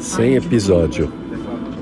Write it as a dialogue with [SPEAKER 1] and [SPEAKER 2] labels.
[SPEAKER 1] Sem episódio.